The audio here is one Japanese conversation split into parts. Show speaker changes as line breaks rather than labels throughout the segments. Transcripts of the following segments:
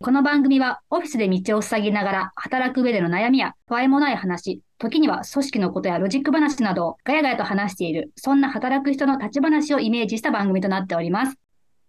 この番組はオフィスで道を塞ぎながら働く上での悩みや不愛もない話、時には組織のことやロジック話などをガヤガヤと話している、そんな働く人の立ち話をイメージした番組となっております。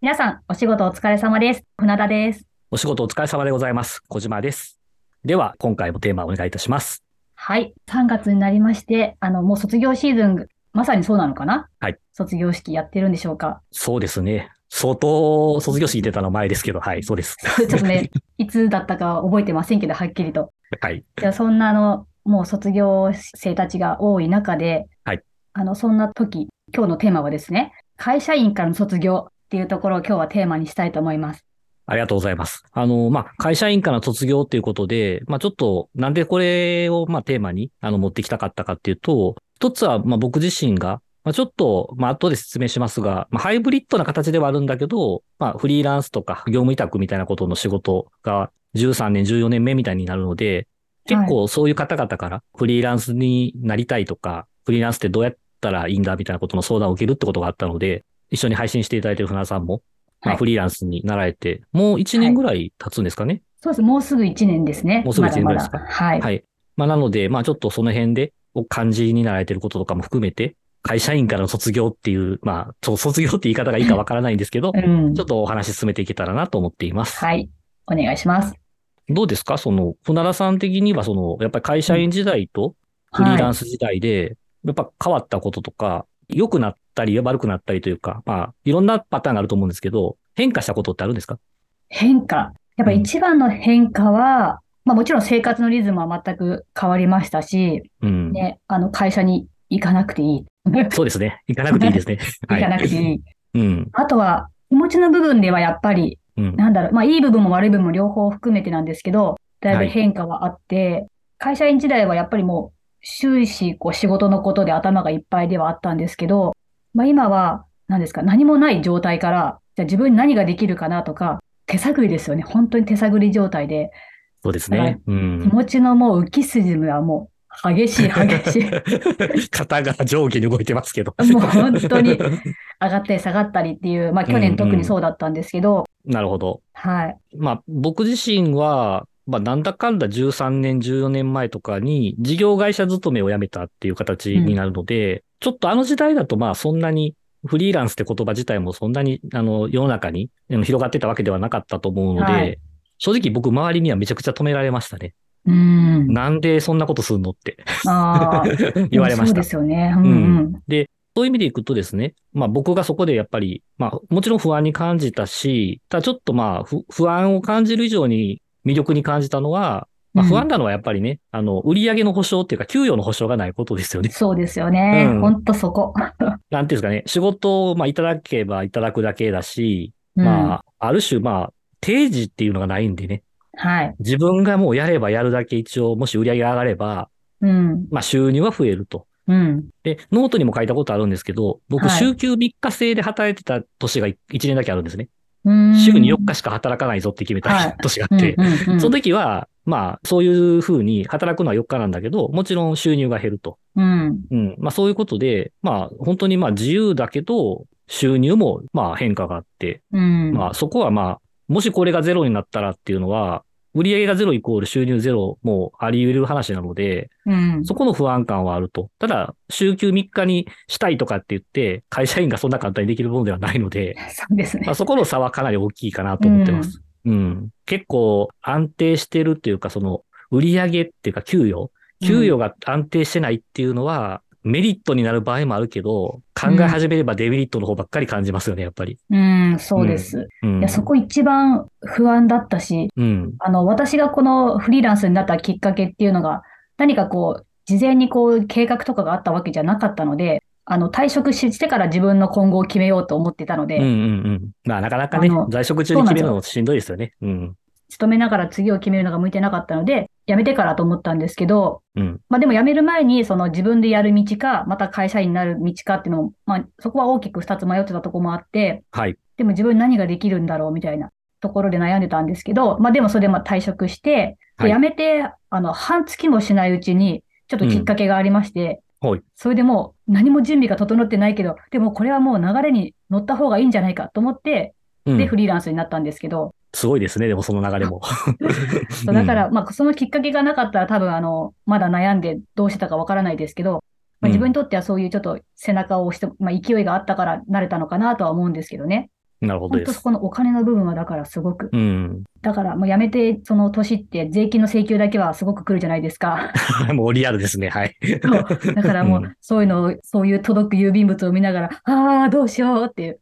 皆さん、お仕事お疲れ様です。船田です。
お仕事お疲れ様でございます。小島です。では、今回もテーマをお願いいたします。
はい。3月になりまして、あの、もう卒業シーズン、まさにそうなのかな
はい。
卒業式やってるんでしょうか
そうですね。相当卒業式出たの前ですけど、はい、そうです。
ちょっとね、いつだったかは覚えてませんけど、はっきりと。
はい。
じゃあ、そんなあの、もう卒業生たちが多い中で、
はい。
あの、そんな時、今日のテーマはですね、会社員からの卒業っていうところを今日はテーマにしたいと思います。
ありがとうございます。あの、まあ、会社員から卒業ということで、まあ、ちょっと、なんでこれを、まあ、テーマに、あの、持ってきたかったかっていうと、一つは、まあ、僕自身が、まあ、ちょっと、まあ、後で説明しますが、まあ、ハイブリッドな形ではあるんだけど、まあ、フリーランスとか、業務委託みたいなことの仕事が、13年、14年目みたいになるので、結構そういう方々から、フリーランスになりたいとか、フリーランスってどうやったらいいんだみたいなことの相談を受けるってことがあったので、一緒に配信していただいてる船田さんも、ま
は
あ、
い
フリーランスになられて、もう1年ぐらい経つんですかね。
そうです。もうすぐ1年ですね。
もうすぐ一年ぐらいですか
まだまだはい。
はい。まあ、なので、まあ、ちょっとその辺で、お感じになられてることとかも含めて、会社員からの卒業っていう、まあ、ちょっと卒業って言い方がいいかわからないんですけど、
うん
ちょ。っとお話し進めていけたらなと思っています。
はい。お願いします。
どうですかその、船田さん的には、その、やっぱり会社員時代とフリーランス時代で、やっぱ変わったこととか、良くなったり、悪くなったりというか、まあ、いろんなパターンがあると思うんですけど、変化したことってあるんですか
変化。やっぱ一番の変化は、まあもちろん生活のリズムは全く変わりましたし、
うん。
ね、あの会社に行かなくていい。
そうですね。行かなくてい いですね。
行かなくてい。
はいい。うん。
あとは、気持ちの部分ではやっぱり、
うん。
なんだろう、まあいい部分も悪い部分も両方含めてなんですけど、だいぶ変化はあって、会社員時代はやっぱりもう終始こう仕事のことで頭がいっぱいではあったんですけど、まあ今は何ですか、何もない状態から、じゃあ自分に何ができるかなとか、手探りですよね。本当に手探り状態で、
そうです
は
ね
い。
う
気
ん。
持ちのもう浮き沈みはもう激しい激しい。
肩が上下に動いてますけど。
もう本当に上がったり下がったりっていう、まあ去年特にそうだったんですけど、
なるほど。
はい。
まあ、僕自身は、まあ、なんだかんだ13年、14年前とかに、事業会社勤めを辞めたっていう形になるので、ちょっとあの時代だと、まあ、そんなに、フリーランスって言葉自体もそんなに、あの、世の中にあの広がってたわけではなかったと思うので、
はい
正直僕周りにはめちゃくちゃ止められましたね。
うん。
なんでそんなことするのって
ああ、
言われまし
そう
た
で。すよね。うんうん。
そういう意味でいくとですね、まあ僕がそこでやっぱり、まあもちろん不安に感じたし、ただちょっとまあ不不安を感じる以上に魅力に感じたのは、まあ
うん
不安なのはやっぱりね、あの、売上の保証っていうか給与の保証がないことですよね。
そうですよね
う。ん
ほんとそこ。
なんていうんですかね、仕事をまあいただければいただくだけだし、まあ、ある種まあ、定時っていうのがないんでね、
うん。はい。
自分がもうやればやるだけ一応、もし売上が上がれば、
うん。
まあ収入は増えると。
うん。
で、ノートにも書いたことあるんですけど、僕、
はい
週休3日制で働いてた年が1年だけあるんですね。
うん
週に4日しか働かないぞって決め
は
た
い
年があって、
うんうんうん
その時は、まあ、そういうふうに働くのは4日なんだけど、もちろん収入が減ると。
うん。
うん。まあ、そういうことで、まあ、本当にまあ、自由だけど、収入もまあ、変化があって、
うん。
まあ、そこはまあ、もしこれがゼロになったらっていうのは、売上がゼロイコール収入ゼロもあり得る話なので、
うん。
そこの不安感はあると。ただ、週休3日にしたいとかって言って、会社員がそんな簡単にできるものではない ので、
そうですね
まあ、。そこの差はかなり大きいかなと思ってます。うん、結構安定してるっていうか、その、売り上げっていうか給与、給与が安定してないっていうのは、メリットになる場合もあるけど、考え始めればデメリットの方ばっかり感じますよね、やっぱり。
うん、そうです。
うん。
いや、そこ一番不安だったし、
うん。
あの、私がこのフリーランスになったきっかけっていうのが、何かこう、事前にこう、計画とかがあったわけじゃなかったので、あの、退職してから自分の今後を決めようと思ってたの
うんうん
で、
うん。まあ、なかなかね
あの、
在職中に決めるのしんどいですよね。うん。
勤めながら次を決めるのが向いてなかったので、辞めてからと思ったんですけど、
うん。
まあでも辞める前に、その自分でやる道か、また会社員になる道かっていうのを、まあそこは大きく二つ迷ってたとこもあって、
はい。
でも自分何ができるんだろうみたいなところで悩んでたんですけど、まあでもそれでまあ退職して、
は
で
い
辞めて、あの、半月もしないうちに、ちょっときっかけがありまして、
うんはい
それでもう何も準備が整ってないけど、でもこれはもう流れに乗った方がいいんじゃないかと思って、
う
で、
ん
フ。リーランスになったんですけど、
すごいですね、でもその流れも。
そうだ から、まあ、そのきっかけがなかったら多分、あの、まだ悩んでどうしてたかわからないですけど、まあ、
うん
自分にとってはそういうちょっと背中を押して、まあ、勢いがあったから慣れたのかなとは思うんですけどね。
なるほど
本
で
当そ
す。
このお金の部分はだからすごく。
うん。
だから、もうやめて、その年って税金の請求だけはすごく来るじゃないです か。
もうリアルですね、 はい。
そうだからも
う
う、そういうのを、そういう届く郵便物を見ながら、ああ、どうしようっていう。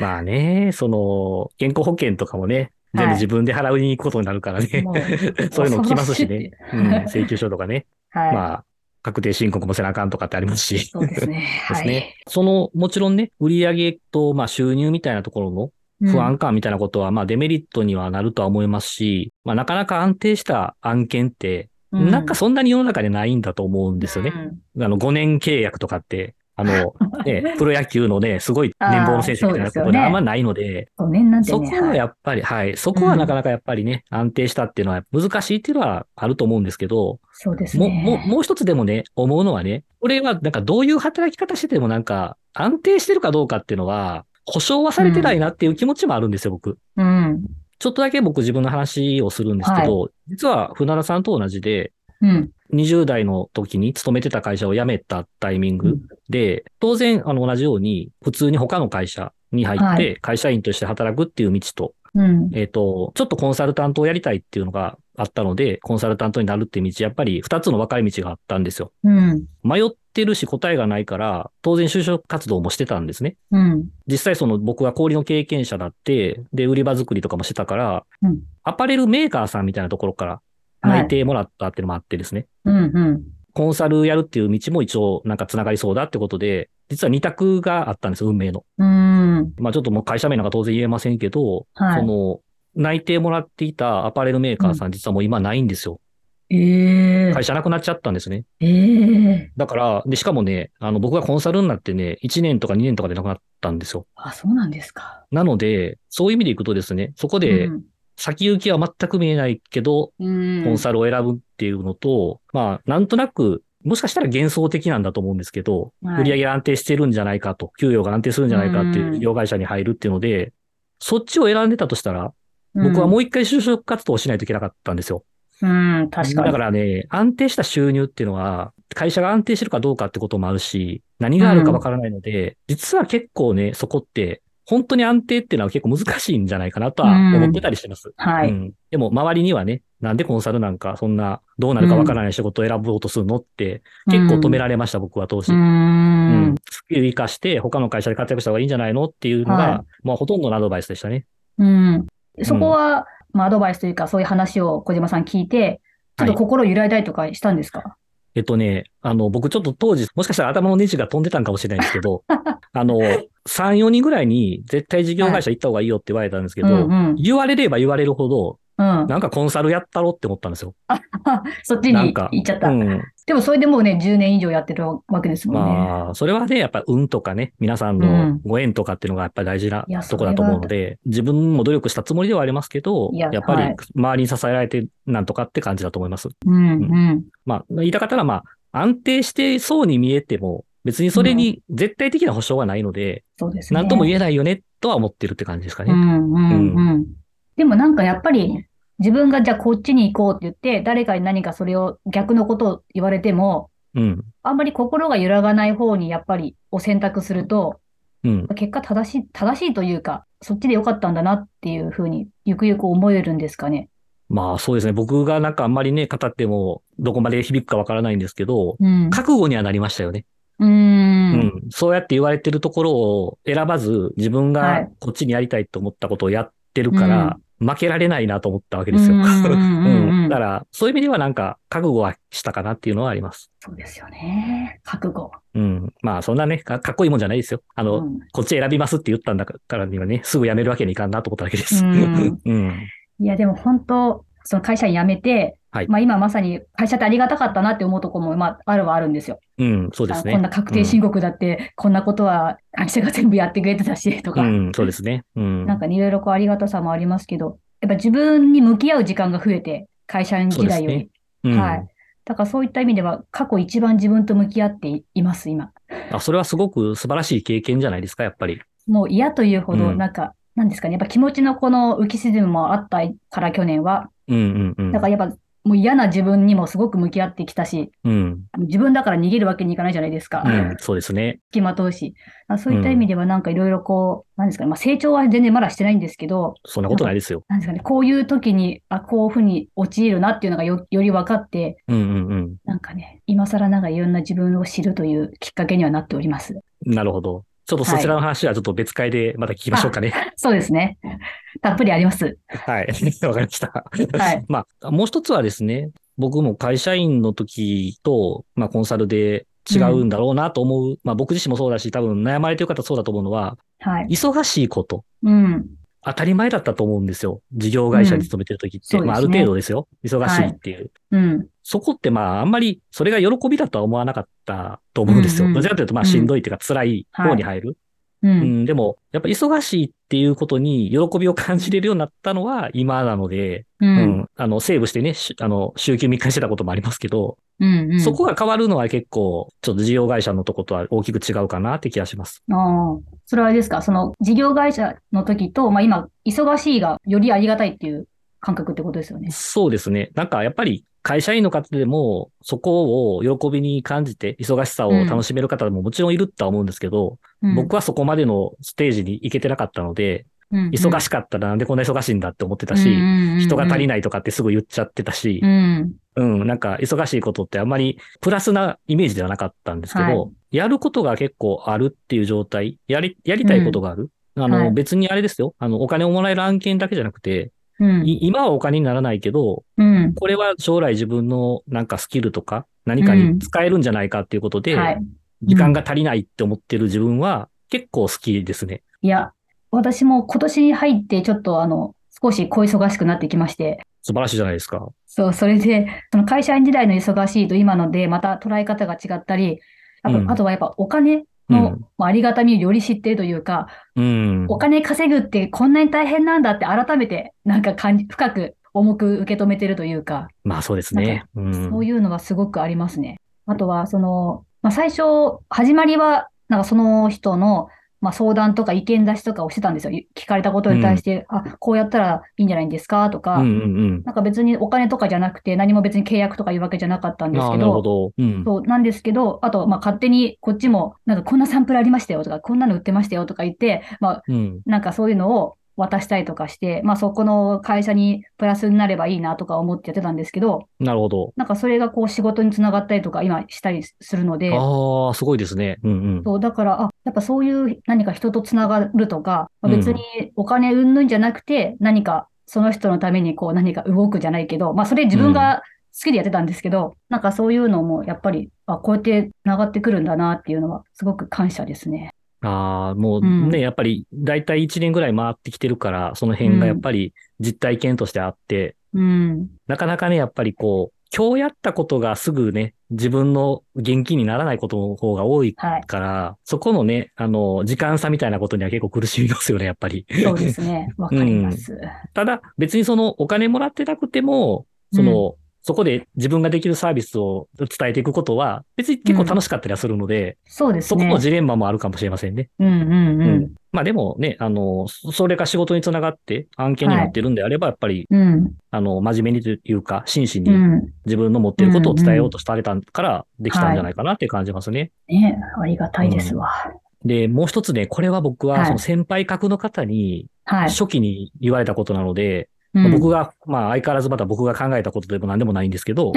まあね、その、健康保険とかもね、全部
はい
自分で払いに行くことになるからね。
もう
そういうの来ます
恐ろしい
しね。う
って
ん、請求書とかね。
はい。
まあ、確定申告もせなあかんとかってありますし。
そうですね。は
です
い。
ね。 その、もちろんね、売上と、まあ、収入みたいなところの
うん
不安感みたいなことは、まあデメリットにはなるとは思いますし、まあなかなか安定した案件って、
うん
なんかそんなに世の中でないんだと思うんですよね
う。ん
あの5年契約とかって、あ の、ね、プロ野球のね、すごい年俸の選手みたいなこと
あーそうです
で
よね
あんまないので、
そうね、なんて
そ
ね。
こは
はい
やっぱり、はい、そこはなかなかやっぱりね、安定したっていうのは難しいっていうのはあると思うんですけど、
そうです
も、
ね。
も、もう一つでもね、思うのはね、これはなんかどういう働き方しててもなんか安定してるかどうかっていうのは、保証はされてないなっていう気持ちもあるんですよ、僕。
うん。
ちょっとだけ僕自分の話をするんですけど、実は船田さんと同じで、
うん。
20代の時に勤めてた会社を辞めたタイミングで、当然、あの、同じように、普通に他の会社に入っ
は
て、会社員として働くっていう道と、
うん。
えっ、と、ちょっとコンサルタントをやりたいっていうのがあったので、コンサルタントになるっていう道、やっぱり2つの分かれ道があったんですよ。
うん。
迷ってるし答えがないから、当然就職活動もしてたんですね。
うん。
実際その僕は氷の経験者だって、で、売り場作りとかもしてたから、
うん
アパレルメーカーさんみたいなところから内定もらったっていうのもあってですね、
うん。うん。
コンサルやるっていう道も一応なんか繋がりそうだってことで、実は二択があったんですよ、運命の。
うん。
まあちょっともう会社名なんか当然言えませんけど、
はい
その、内定もらっていたアパレルメーカーさん、実はもう今ないんですよ。
ええ
会社なくなっちゃったんですね。
ええ
だから、で、しかもね、あの、僕がコンサルになってね、1年とか2年とかでなくなったんですよ。
あ、そうなんですか。
なので、そういう意味でいくとですね、そこで
うん
先行きは全く見えないけど、
うん。
コンサルを選ぶっていうのと、まあ、なんとなく、もしかしたら幻想的なんだと思うんですけど、
はい
売上が安定してるんじゃないかと、給与が安定するんじゃないかっていううん事業会社に入るっていうので、そっちを選んでたとしたら、僕はもう一回就職活動をしないといけなかったんですよ。
うん、うん、確か
だ
に。
からね、安定した収入っていうのは、会社が安定してるかどうかってこともあるし、何があるかわからないので、実は結構ね、そこって、本当に安定っていうのは結構難しいんじゃないかなとは思ってたりしてます。
は
う
い。
ん、でも、周りにはね、なんでコンサルなんか、そんな、どうなるかわからない仕事を選ぼうとするのって、結構止められました、僕は当時。
う。
うん
うん。
スキル生かして、他の会社で活躍した方がいいんじゃないのっていうのが、
は
まあ、ほとんどのアドバイスでしたね。
うん。そこは、まあ、アドバイスというか、そういう話を小島さん聞いて、ちょっと心揺らいだりとかしたんですか
えっとね、あの、僕ちょっと当時、もしかしたら頭のネジが飛んでたんかもしれないんです けど、あの、3、4人ぐらいに、絶対事業会社行った方がいいよって言われたんですけど、
うんうん。
言われれば言われるほど、
うん。
なんかコンサルやったろって思ったんですよ。
そっちに
なん
行
か
っちゃっ
う
た。
ん。
でもそれでもうね、10年以上やってるわけですもんね。
まあ、それはね、やっぱ運とかね、皆さん
う
の
ん
ご縁とかっていうのがやっぱり大事ない
や
とこだと思うので、自分も努力したつもりではありますけど、
い
や
や
っぱ
は
り
い
周りに支えられてなんとかって感じだと思います。
うんうん。
まあ、言いたかったら、まあ、安定してそうに見えても、別にそれに絶対的な保証はないので、
そうですね。
なんとも言えないよね、とは思ってるって感じですか
う
ね。
んうんうん。でもなんかやっぱり、自分がじゃあこっちに行こうって言って、誰かに何かそれを逆のことを言われても、
うん。
あんまり心が揺らがない方にやっぱりを選択すると、
うん。
結果正しい、正しいというか、そっちで良かったんだなっていうふうに、ゆくゆく思えるんですかね。
まあ、そうですね。僕がなんかあんまりね、語っても、どこまで響くかわからないんですけど、
うん。
覚悟にはなりましたよね。
うーん。
うん、そうやって言われてるところを選ばず、自分
は
が
い
こっちにやりたいと思ったことをやってるから、負けられないなと思ったわけですよ。
うんうんうんうん
うんだから、そういう意味ではなんか、覚悟はしたかなっていうのはあります。
そうですよね。覚悟。
うん。まあ、そんなねか、かっこいいもんじゃないですよ。あの、
うん
こっち選びますって言ったんだからにはね、すぐ辞めるわけにいかんなと思ったわけです。
うん
うん
いや、でも本当、その会社員辞めて、
はい
まあ今まさに会社ってありがたかったなって思うとこも、まああるはあるんですよ。
うん、そうです
あ
ね。
こんな確定申告だって、こんなことは会社が全部やってくれてたし、と
う
か、
ん、うんそうですね。うん。
なんかねいろいろこうありがたさもありますけど、やっぱ自分に向き合う時間が増えて、会社員時代より。
うん
はい。だからそういった意味では、過去一番自分と向き合っています、今。
あ。それはすごく素晴らしい経験じゃないですか、やっぱり。
もう嫌というほ
う
ど、
ん
なんか、なんですかね、やっぱ気持ちのこの浮き沈みもあったから去年は、
うんうんうん。
だからやっぱもう嫌な自分にもすごく向き合ってきたし、
うん。
自分だから逃げるわけにいかないじゃないですか。
うん。そうですね。
付きまとうし。あそういった意味ではなんかいろいろこう、なんですかね、まあ成長は全然まだしてないんですけど、
そんなことないですよ。
なんですかね、こういう時に、あ、こういうふうに陥るなっていうのがよ、より分かって、
うんうんうん。
なんかね、今更なんかいろんな自分を知るというきっかけにはなっております。
なるほど。ちょっとそちらの話はちょっと別会でまた聞きましょうかね。
そうですね。たっぷりあります。
はい。 わかりました。
はい。
まあ、もう一つはですね、僕も会社員の時と、まあ、コンサルで違うんだろうなと思う。まあ、僕自身もそうだし、多分悩まれてる方そうだと思うのは、
はい。
忙しいこと。
うん。
当たり前だったと思うんですよ。事業会社に勤めてる時って。
うん
まあ、あ
そ
る
うですね
程度ですよ。忙しいっていう。
うん。
そこってまあ、あんまり、それが喜びだとは思わなかったと思うんですよ。
うんうん
どちらかというと、まあ、しんどいっていうか、辛い方に入る。
う。
うんん、でも、やっぱ忙しいっていうことに喜びを感じれるようになったのは今なので、
う。
うんん、あの、セーブしてね、しあの、週休3日してたこともありますけど、
うん。うん。
そこが変わるのは結構、ちょっと事業会社のとことは大きく違うかなって気がします。
ああ。それはあれですか、その事業会社の時と、まあ今、忙しいがよりありがたいっていう感覚ってことですよね。
そうですね。なんかやっぱり会社員の方でも、そこを喜びに感じて、忙しさを楽しめる方ももちろんいるとは思うんですけど、
うん。
僕はそこまでのステージに行けてなかったので、
うん、
忙しかったらなんでこんな忙しいんだって思ってたし、人が足り
ない。
ないとかってすぐ言っちゃってたし、
うん。
うん、なんか忙しいことってあんまりプラスなイメージではなかったんですけど、
はい
やることが結構あるっていう状態、やり、やりたいことがある。あ
は
の、
い
別にあれですよ。あの、お金をもらえる案件だけじゃなくて、
うん。
い今はお金にならないけど、
うん。
これは将来自分のなんかスキルとか何かに使えるんじゃないかっていうことで、
はい。
時間が足りないって思ってる自分は結構好きですね。
いや、私も今年に入ってちょっとあの、少し小忙しくなってきまして、
素晴らしいじゃないですか。
そう、それで、その会社員時代の忙しいと今ので、また捉え方が違ったり、あと、
うん
あとはやっぱお金
う
の
ん。
まあありがたみをより知ってるというか、
うん。
お金稼ぐってこんなに大変なんだって改めて、なんか感じ、深く重く受け止めてるというか、
まあそうですね。うん。
そういうのはすごくありますね。あとは、その、まあ、最初、始まりは、なんかその人の、まあ、相談とか意見出しとかをしてたんですよ。聞かれたことに対して、あ、こうやったらいいんじゃないんですかとか、
うんうん
なんか別にお金とかじゃなくて、何も別に契約とかいうわけじゃなかったん
うん。
です
ああ、
け
なるほ
ど、
ど。うん。
そうなんですけど、あと、まあ、勝手にこっちも、なんかこんなサンプルありましたよとか、こんなの売ってましたよとか言って、まあ、
うん。
なんかそういうのを渡したりとかして、まあ、そこの会社にプラスになればいいなとか思ってやってたんですけど、
なるほど。
なんかそれがこう仕事につながったりとか今したりするので、
ああ、すごいですね。うん
そうだから、あ、やっぱそういう何か人とつながるとか、まあ
うん
別にお金云々じゃなくて、何かその人のためにこう何か動くじゃないけど、まあそれ自分が好きでやってたんですけど、なんかそういうのもやっぱり、あ、こうやってつながってくるんだなっていうのはすごく感謝ですね。
うん。ああ、もう
うん
ね、やっぱり、だいたい1年ぐらい回ってきてるから、その辺がやっぱり実体験としてあって、
うん。
なかなかね、やっぱりこう、今日やったことがすぐね、自分の元気にならないことの方が多い
はい。
から、そこのね、あの、時間差みたいなことには結構苦しみますよね、やっぱり。
そうですね。わかります。
ただ、別にそのお金もらってなくても、その、そこで自分ができるサービスを伝えていくことは、別に結構楽しかったりはするので、
そうです
そこ
ね
の。ジレンマもあるかもしれませんね。
うんうんう
うん
ん。
まあでもね、あの、そそれが仕事につながって案件になってるんであれば、やっぱり、
うん
あの、真面目にというか、真摯
う
に
ん。
自分の持ってることを伝えようとされたからできたんじゃないかなって感じますね。
ね、ありがたいですわ。
で、もう一つね、これは僕
は
は、
い
その先輩格の方に、
はい。
初期に言われたことなので、
うん
僕が、まあ相変わらずまた僕が考えたことでも何でもないんです けど、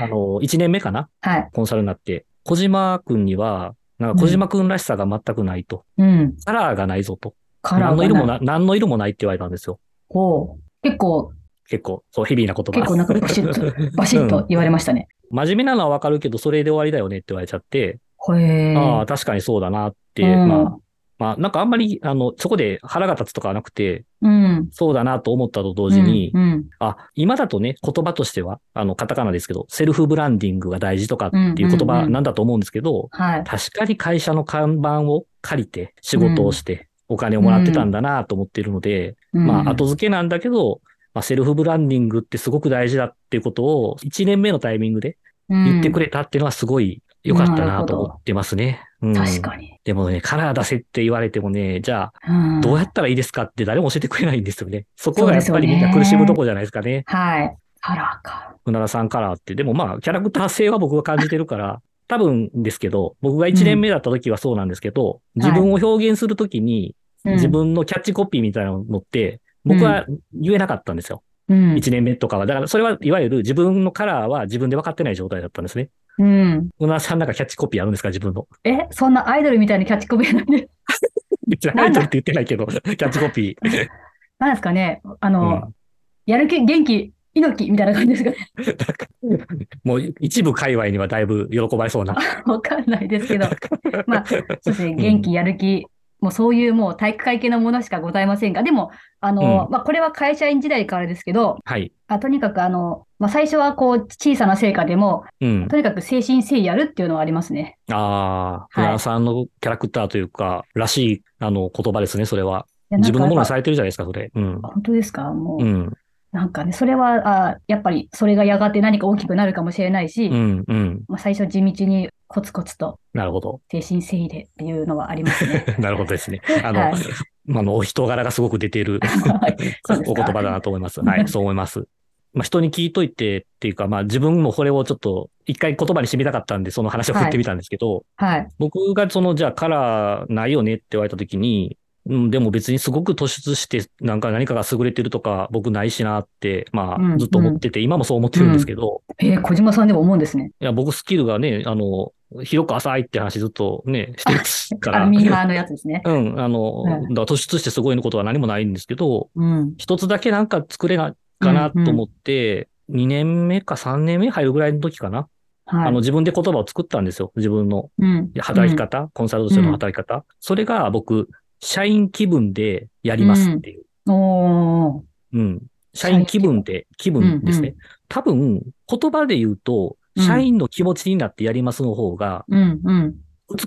あの、1年目かな
はい。
コンサルになって、小島くんには、なんか小島くんらしさが全くないと。
うん。
カラーがないぞと。
カラー
何の
が
色も
ない。
な、何の色もないって言われたんですよ。
おう結構、
結構、そう、ヘビーな言葉。
結構なんかバシッ と、バシッ
う
と
ん
言われましたね。
真面目なのはわかるけど、それで終わりだよねって言われちゃって、
へえ。
ああ、確かにそうだなって、
うん
まあ、まあ、なんかあんまり、あの、そこで腹が立つとかはなくて、
うん。
そうだなと思ったと同時に、
うんうん
あ、今だとね、言葉としては、あの、カタカナですけど、セルフブランディングが大事とかっていう言
うんうん
葉
うん
なんだと思うんですけど、
はい。
確かに会社の看板を借りて、仕事をして、お金をもらってたんだなと思っているので、
うん
まあ、後付けなんだけど、まあ、セルフブランディングってすごく大事だっていうことを、1年目のタイミングで言ってく
れ。
れたっていうのはすごい良かったなと思ってますね。うん、
確かに。
でもね、カラー出せって言われてもね、じゃ
うん
あ、どうやったらいいですかって誰も教えてくれないんですよね。そこ
そう
が
で
やっ
すよ
ぱ
ね
りみんな苦しむとこじゃないですかね。
はい。カラーか。
うならさんカラーって。でもまあ、キャラクター性は僕が感じてるから、多分ですけど、僕が1年目だった時はそうなんですけど、
ん
自分を表現するときに、
うん
自分のキャッチコピーみたいなのって、僕は言えなかったんですよ。
うん。
1年目とかは。だから、それはいわゆる自分のカラーは自分で分かってない状態だったんですね。
うん。
うならさんなんかキャッチコピーあるんですか自分の。
え、そんなアイドルみたいなキャッチコピーなんで、
別にアイドルって言ってないけど、キャッチコピー。
なんですかね。あ
う
の
ん、
やる気、元気、猪木みたいな感じですかね。
もう一部界隈にはだいぶ喜ばれそうな。
わかんないですけど。 まあ、そうですね。元気、やる気、もうそういうもう体育会系のものしかございませんが、でも、あの、まあ、これは会社員時代からですけど、
はい。
あ、とにかくあの、まあ、最初はこう、小さな成果でも、
うん。
とにかく誠心誠意やるっていうのはありますね。
ああ、
い
船田さんのキャラクターというか、らしい、あの、言葉ですね、それは。
いや
自分のもの
なん
に
か
さ
やっ
れてるじゃないですか、それ。うん
ぱ。本当ですかもう、
うん。
なんかね、それは、あ、やっぱり、それがやがて何か大きくなるかもしれないし、
うん。うん。
まあ、最初地道にコツコツと
なるほど。
誠心誠意でっていうのはありますね。
なるほどですね。あの、
はい
まああの、お人柄がすごく出ている
はい そうですか
お言葉だなと思います。 はい、そう思います。まあ、人に聞いといてっていうか、まあ、自分もこれをちょっと、一回言葉にしてみたかったんで、その話を振ってみたんですけど、
はい。
僕がその、じゃあカラーないよねって言われたときに、うん、でも別にすごく突出して、なんか何かが優れてるとか、僕ないしなって、ま
うん
あ、ずっと思ってて、今もそう思ってるんですけど、
えー小島さんでも思うんですね。
いや、僕スキルがね、あの、広く浅いって話ずっとね、してるか
あ
ら、
ミーハーのやつですね。
うん、あの、
うん
だから突出してすごいのことは何もないんですけど、
うん。
一つだけなんか作れないかなと思って、2年目か3年目入るぐらいの時かな、
はい。
あの、自分で言葉を作ったんですよ、自分の。
うん。
働き方、コンサルとしての働き方、それが僕、社員気分でやりますっていう。
うん。おー。
うん。社員気分で、気分ですね。
う
多分、言葉で言うと、
うん
社員の気持ちになってやりますの方が、
うん、うん。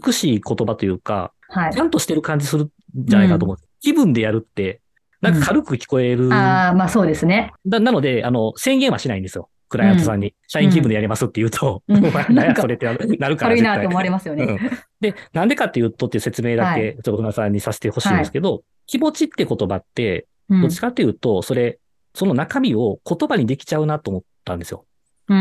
美しい言葉というか、
はい
ち。ゃんとしてる感じするんじゃないかと思う。気分でやるって、なんか軽く聞こえる。な
ああ、まあそうですね。
なので、あの、宣言はしないんですよ。クライアントさんに、社員気分でやりますって言うと、
うん
お前何やそれってなるから
軽い
絶
なっ
対
て思われますよね。
うんで、なんでかっていうとっていう説明だ
は
け、ちょっと船さんにさせてほしいんですけど、気持ちって言葉って、
うん
どっちかっていうと、それ、その中身を言葉にできちゃうなと思ったんですよ。
うん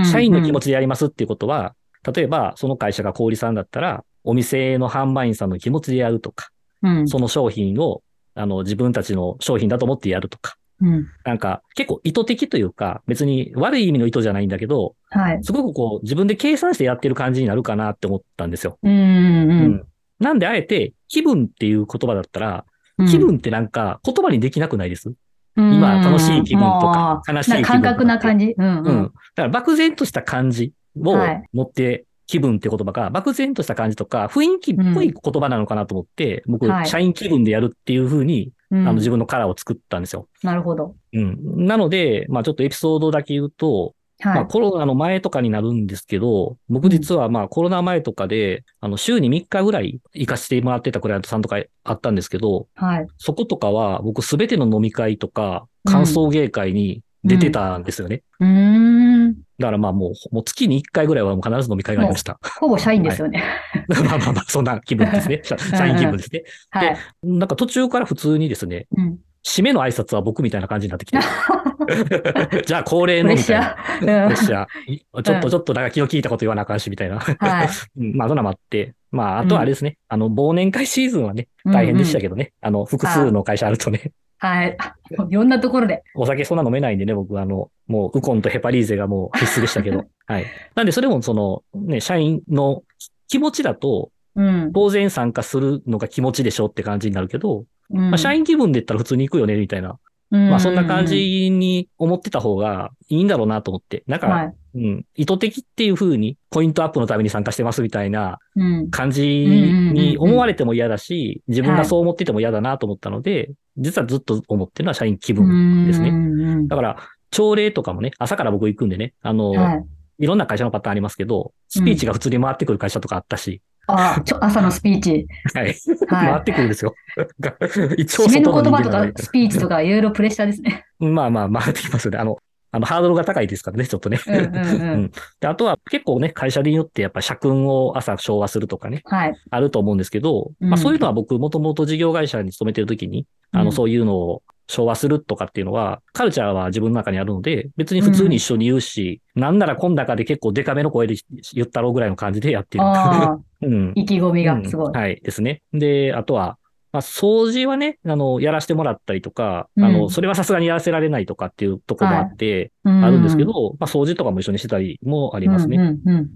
社員の気持
ち。
ちでやりますっていうことは、例えば、その会社が小売さんだったら、お店の販売員さんの気持ちでやるとか、
うん。
その商品を、あの、自分たちの商品だと思ってやるとか、
うん。
なんか、結構意図的というか、別に悪い意味の意図じゃないんだけど、
はい。
すごくこう、自分で計算してやってる感じになるかなって思ったんですよ。
うん、うん、
なんであえて、気分っていう言葉だったら、
うん。
気分ってなんか言葉にできなくないです、
うん、
今は楽しい気分とか
あー
悲しい気分とか
なん感覚な感じ。うん、
う、
うんん
だ。から漠然とした感じを
はい
持って、気分って言葉が漠然とした感じとか、雰囲気っぽい言葉なのかなと思って、
はい
僕、社員気分でやるっていう風に、
うん
あの自分のカラーを作ったんですよ。
なるほど。
うん。なので、まあちょっとエピソードだけ言うと、
は
まあ
い。
コロナの前とかになるんですけど、僕実はまあコロナ前とかで、あの週に3日ぐらい行かせてもらってたクライアントさんとかあったんですけど、
はい。
そことかは、僕すべての飲み会とか、歓送迎会に出てたんですよね。
うーん。
だからまあもう、もう月に1回ぐらいはもう必ず飲み会がありました。
ほぼ社員ですよね。
まあまあまあ、そんな気分ですね。 社社員気分ですね。
はい。
なんか途中から普通にですね、
うん。
締めの挨拶は僕みたいな感じになってき て。じゃあ恒例
プ
の
レッ
み
シ
たい
ャ
な。
ー。
プ
う
レ
ん
ッシャー。ちょっ
う
と
ん
ちょっとなんか気の利いたこと言わなあかんし、みたいな。
はい。
うんまあ、ドラマって、まあ、あとはあれですね、あの、忘年会シーズンはね、大変でした
け
けどね、あの、複数の会社あるとね、
ど。はい。 いろんなところで。
お酒そんな飲めないんでね、僕、あの、もう、ウコンとヘパリーゼがも う必須でしたけど。はい。なんで、それもその、ね、社員の気持ちだと、
うん。
当然参加するのが気持ちでしょって感じになるけど、ま
ま
あ、社員気分で言ったら普通に行くよね、みたいな。まあ、そんな感。じに思ってた方がいいんだろうなと思って。なんか、
はい。
うん、意図的っていう風に、ポイントアップのために参加してますみたいな
うん。
感じ
うんうんうんう
に
ん
思われても嫌だし、自分がそう思ってても嫌だなと思ったので、実はずっと思ってるのは社員気分ですね
うん
だから、朝礼とかもね、朝から僕行くんでね、あの、、
はいい。
ろんな会社のパターンありますけど、スピーチが普通に回ってくる会社とかあったし、
あちょ、朝のスピーチ。
はい、回
は
ってくるんですよ。 一
い。締めの
外
言葉と
人間なの
か
で
スピーチとかいろいろプレッシャーですね。
まあまあ回ってきますよね。あの、あの、ハードルが高いですからね、ちょっとね。
うんうんうん
うん であとは結構ね、会社によってやっぱ社訓を朝昭和するとかね、
はい。
あると思うんですけど、
うん
まあそういうのは僕もともと事業会社に勤めてる時に、あ
う
の、
ん
そういうのを昭和するとかっていうのは、カルチャーは自分の中にあるので、別に普通に一緒に言うし、なんなら今中で結構デカめの声で言ったろうぐらいの感じでやってる。
ああ、
うん。
意気込みがすごい。
うんはい。ですね。で、あとは、まあ、掃除はね、あの、やらせてもらったりとか、
うん
あの、それはさすがにやらせられないとかっていうところもあって、
あ
あるんですけど、まあ、掃除とかも一緒にしてたりもあ
あ
りますね。
うんうんうん。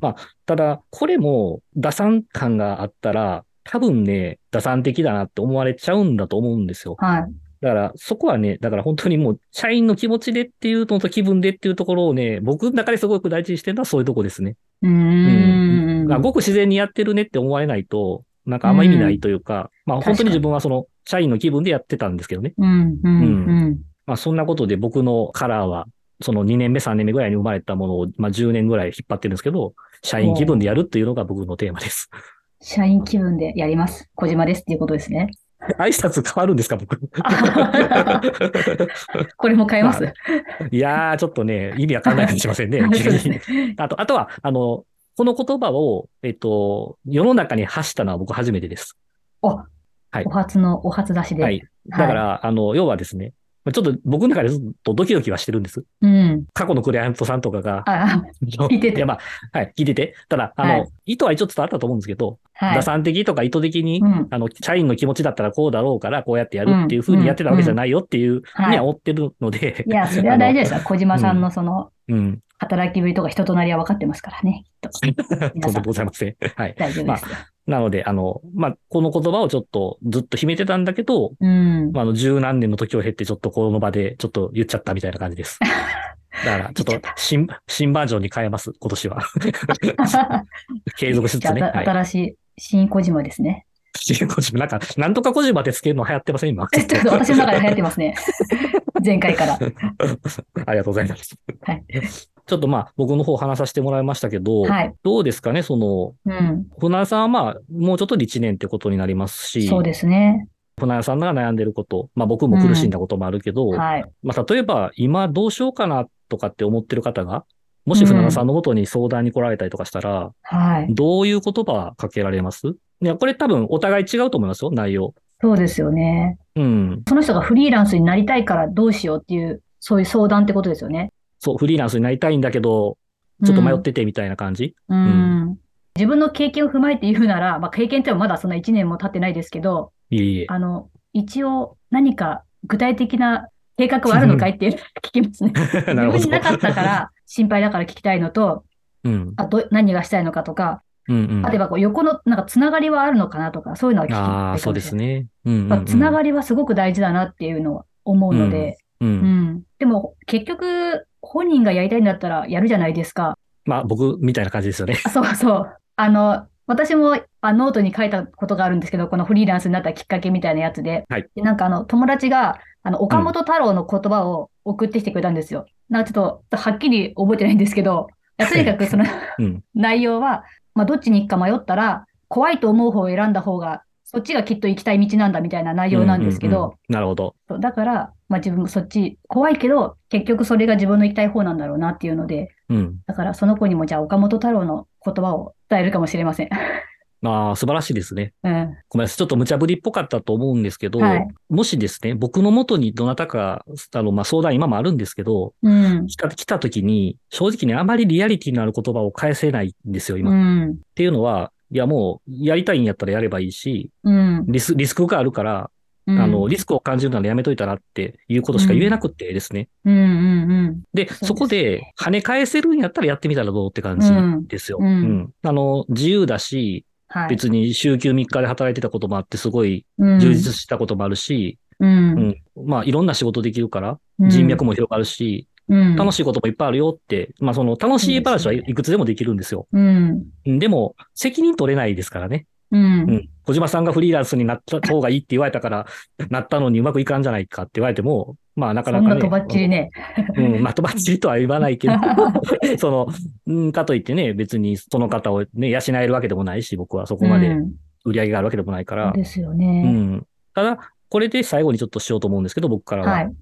ただ、これも、打算感があったら、多分ね、打算的だなって思われちゃうんだと思うんですよ。
はい。
だから、そこはね、だから本当にもう、社員の気持ちでっていうのと気分でっていうところをね、僕の中ですごく大事にしてるのはそういうとこですね。
うーん。
まあごく自然にやってるねって思われないと、なんかあんま意味ないというか、まあ本当に自分はその社員の気分でやってたんですけどね。
うんうんうん。
まあそんなことで僕のカラーは、その2年目、3年目ぐらいに生まれたものを、まあ10年ぐらい引っ張ってるんですけど、社員気分でやるっていうのが僕のテーマです。
社員気分でやります。小島ですっていうことです ね。
挨拶変わるんですか、僕。
これも変えます。
いやー、ちょっとね、意味わかんないかもしれません ね。
そうですね。
あと、あとは、あの、この言葉を、えっと、世の中に発したのは僕初めてです。
お、
はい
お初の、お初出しで。
はい。だから、あの、要はですね、まあちょっと僕の中でずっとドキドキはしてるんです。
うん。
過去のクライアントさんとかが、
あ、聞いてて
や、まあ、はい、聞いてて。ただ、あの、
はい
意図は一応伝わったと思うんですけど、
はい
打。算的とか意図的に、
うん。
あの、社員の気持ちだったらこうだろうから、こうやってやるっていうふうにやってたわけじゃないよっていうふうには思ってるので
い、や、それは大事ですよ。小島さんのその、
うん、
働きぶりとか人となりは分かってますからね、きっと。
とんでもございません。はい。
大丈夫です。
なので、あの、まあ、この言葉をちょっとずっと秘めてたんだけど、
うん。
まあ、あの、十何年の時を経って、ちょっとこの場で、ちょっと言っちゃったみたいな感じ です。だから、ちょ
言っ
っと
ちゃっ
新、新バージョンに変えます、今 年は。継続しつ
じゃ
つ
あ、
ね。
た
はい。
新しい新小島ですね。
新小島、なんか、なんとか小島でつけるの流行ってません、今。
えちょっと私の中で流行ってますね。 前回から。
ありがとうございます。
はい。
ちょっとまあ、僕の方話させてもらいましたけど、
はい。
どうですかね、その、
うん。
船井さんはまあ、もうちょっとで1年ってことになりますし、
そうですね。
船井さんが悩んでること、まあ僕も苦しんだこともあるけど、
はい。
まあ、例えば、今どうしようかなとかって思ってる方が、もし船田さんの元に相談に来られたりとかしたら、
はい。
どういう言葉かけられますいや、これ多分お互い違うと思いますよ、内容。
そうですよね。
うん。
その人がフリーランスになりたいからどうしようっていう、そういう相談ってことですよね。
そう、フリーランスになりたいんだけど、ちょっと迷っててみたいな感じ、
うん。うん自分の経験を踏まえて言うなら、まあ、経験ってはまだそんな1年も経ってないですけど、
いえいえ。
あの、一応何か具体的な計画はあるのかいっていう 聞きますね。自
なる
分
ほ
に
ど。
なかったから心配だから聞きたいのと、
うん。
あと何がしたいのかとか、
うんうん。
例えばこう横のなんかつながりはあるのかなとか、そういうのは聞きたいかもしれない。
ああ、そうですね。うんうん、
ま
う
あ
ん。
つながりはすごく大事だなっていうのは思うので、
う
うん
ん。
でも結局、本人がやりたいんだったらやるじゃないですか。
まあ僕みたいな感じですよね。
あそうそう。あの、私もあノートに書いたことがあるんですけど、このフリーランスになったきっかけみたいなやつで、
はい
でなんかあの友達があの岡本太郎の言葉を送ってきてくれたんですよ。なんかちょっとはっきり覚えてないんですけど、いやとにかくその
うん。
内容は、まあ、どっちに行くか迷ったら、怖いと思う方を選んだ方が、そっちがきっと行きたい道なんだみたいな内容なんですけど、
うううなるほど。
そうだから、まあ、自分もそっち怖いけど、結局それが自分の行きたい方なんだろうなっていうので、
うん。
だからその子にもじゃあ岡本太郎の言葉を伝えるかもしれません。
ああ、素晴らしいですね。
うん。
ごめんなさい。ちょっと無茶ぶりっぽかったと思うんですけど、
はい
もしですね、僕の元にどなたか、あの、まあ、相談今もあるんですけど、
うん。
来た、来た時に、正直にあまりリアリティのある言葉を返せないんですよ、今。
う
っ
ん。
ていうのは、いや、もう、やりたいんやったらやればいいし、
うん。
リス、リスクがあるから、
うん
あの、リスクを感じるならやめといたらっていうことしか言えなくてですね。
うんうんうん。
で、
すね
そこで、跳ね返せるんやったらやってみたらどうって感じ
うん
ですよ。
うん
あの、自由だし、
はい。
別に週休3日で働いてたこともあって、すごい
うん
充実したこともあるし、
うん
うん。まあ、いろんな仕事できるから、
うん
人脈も広がるし、
うん。
楽しいこともいっぱいあるよって、まあ、その、楽しい話はい
いですね
いくつでもできるんですよ。
うん。
うんでも、責任取れないですからね。
う。
うんん。小島さんがフリーランスになった方がいいって言われたから、 なったのにうまくいかんじゃないかって言われても、まあ、なか
そ
なんか、
な
ね。
とばっちりね。
うん、まあ、とばっちりとは言わない けど、その、うん、かといってね、別にその方をね、養えるわけでもないし、僕はそこま
う
で
ん
売り上げがあるわけでもないか
そう
ら。
ですよ
う
ね。
ん。ただ、これで最後にちょっとしようと思うんですけど、僕からは。
はい。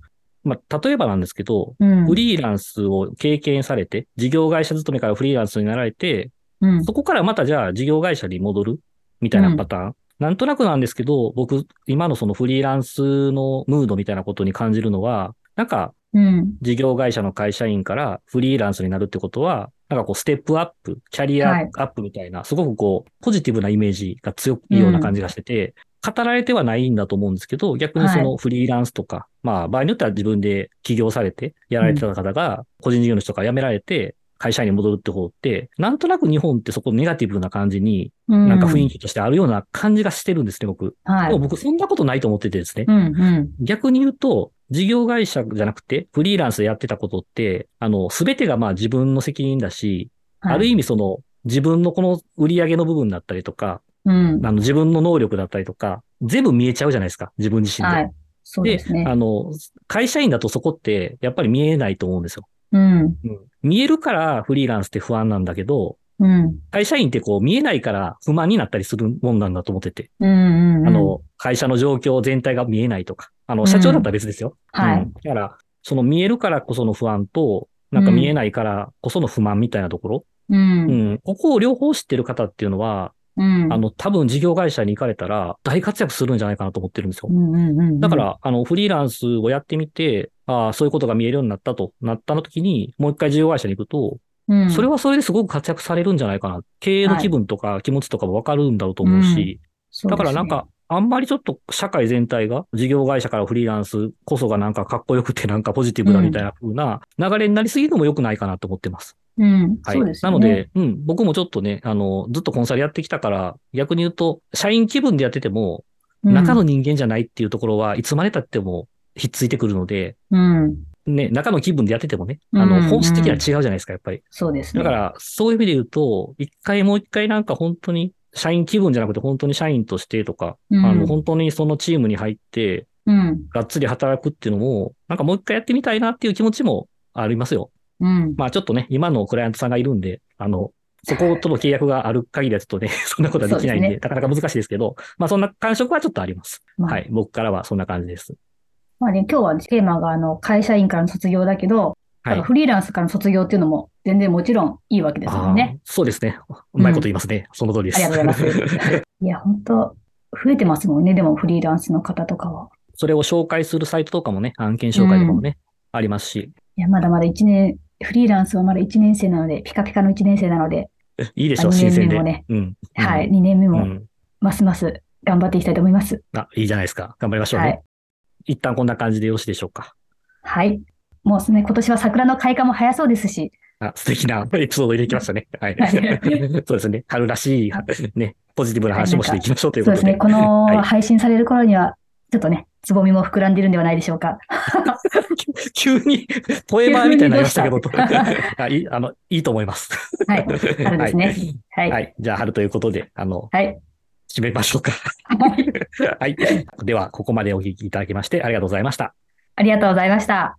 まあ、例えばなんですけど、
うん。
フリーランスを経験されて、事業会社勤めからフリーランスになられて、
うん。
そこからまたじゃあ事業会社に戻るみたいなパターン。なんとなくなんですけど、僕、今のそのフリーランスのムードみたいなことに感じるのは、なんか
うん。
事業会社の会社員からフリーランスになるってことは、なんかこうステップアップ、キャリアア
はい
ップみたいな、すごくこうポジティブなイメージが強いような感じがしてて、語られてはないんだと思うんですけど、逆にそのフリーランスとか、まあ場合によっては自分で起業されてやられてた方が、個人事業主とか辞められて、会社員に戻るって方って、なんとなく日本ってそこネガティブな感じに、
うん。
なんか雰囲気としてあるような感じがしてるんですね、僕。
は
で
い。
も僕そんなことないと思っててですね
う。ん。うん。
逆に言うと、事業会社じゃなくて、フリーランスでやってたことって、あの、すべてがまあ自分の責任だし、
はい
ある意味その、自分のこの売り上げの部分だったりとか、
うん。
あの、自分の能力だったりとか、全部見えちゃうじゃないですか、自分自身で。
はい。そうですね。
あの、会社員だとそこって、やっぱり見えないと思うんですよ。
うん。
見えるからフリーランスって不安なんだけど、
うん。
会社員ってこう見えないから不満になったりするもんなんだと思ってて。
うん。うん。
あ、の、会社の状況全体が見えないとか、あ
う
の、
ん
社長だったら別ですよ。
はい
うんだから、その見えるからこその不安と、なんか見えないからこその不満みたいなところ、
う
うん、
ん。
ここを両方知ってる方っていうのは、
うん。
あの、多分事業会社に行かれたら大活躍するんじゃないかなと思ってるんですよ
う。ん、うん。うん。
だか、ら、あの、フリーランスをやってみて、ああ、そういうことが見えるようになったとなったの時に、もう一回事業会社に行くと、
うん。
それ
は、
はそれですごく活躍されるんじゃないかな。経営の気分とか気持ちとかもわかるんだろうと思うし、
うん
だからなんか、あんまりちょっと社会全体が、事業会社からフリーランスこそがなんかかっこよくてなんかポジティブだみたいな風な流れになりすぎるのも良くないかなと思ってます。
そうですね、うん。
はい。
そうです
な
よ
の
ね。
で、うん、僕もちょっとね、あの、ずっとコンサルやってきたから、逆に言うと、社員気分でやってても、
うん
中の、人間じゃないっていうところはいつまで経ってもひっついてくるので、
うん。
ね、中の気分でやっててもね、あ
う
の
ん、
本質的には違うじゃないですか、やっぱり。
そうですね。
だか、ら、そういう意味で言うと、一回もう一回なんか本当に、社員気分じゃなくて本当に社員としてとか、
うん
あの、本当にそのチームに入って、
うん。
がっつり働くっていうのも、なんかもう一回やってみたいなっていう気持ちもありますよ。
うん。
まあちょっとね、今のクライアントさんがいるんで、あの、そことの契約がある限りはちょっとね、 そんなことはできないん
そう
で、
ですね
なかなか難しいですけど、まあそんな感触はちょっとあります。
まあ
はい。僕からはそんな感じです。
まあね、今日はテーマが、あの、会社員からの卒業だけど、
は
な
い
んか。フリーランスからの卒業っていうのも、全然もちろんいいわけですもんね。
あーそうですね。うまいこと言いますね。その通りです。
ありがとうございます。いや、本当増えてますもんね、でもフリーランスの方とかは。
それを紹介するサイトとかもね、案件紹介とかもね、ありますし、
いや、まだまだ一年、フリーランスはまだ1年生なので、ピカピカの1年生なので、
いいでしょう、
まあ
新鮮
二年目
で。
もね
うん。
はい、2年目
うん。う
も
ん。
ますます頑張っていきたいと思います。
あ、いいじゃないですか。頑張りましょうね。
はい
一旦こんな感じでよろしいでしょうか。
はい。もうですね、今年は桜の開花も早そうですし、
あ、素敵なエピソードを入れてきましたね。はい
はい。
そうですね。春らしい
は、
ね、ポジティブな話もしていきましょうという
そ
こ
うで
と
すね、
で。
こ
はい
の配信される頃には、ちょっとね、つぼみも膨らんでるんではないでしょうか。
急に、ポエマーみたいになりましたけど
急にどうし、
あいい、あの、いいと思います。
はい、春ですね。は。
はいい。は
はい。
い。じゃあ、春ということで、あの、
はい。
締めましょうか。はい。では、ここまでお聞きいただきまして、ありがとうございました。
ありがとうございました。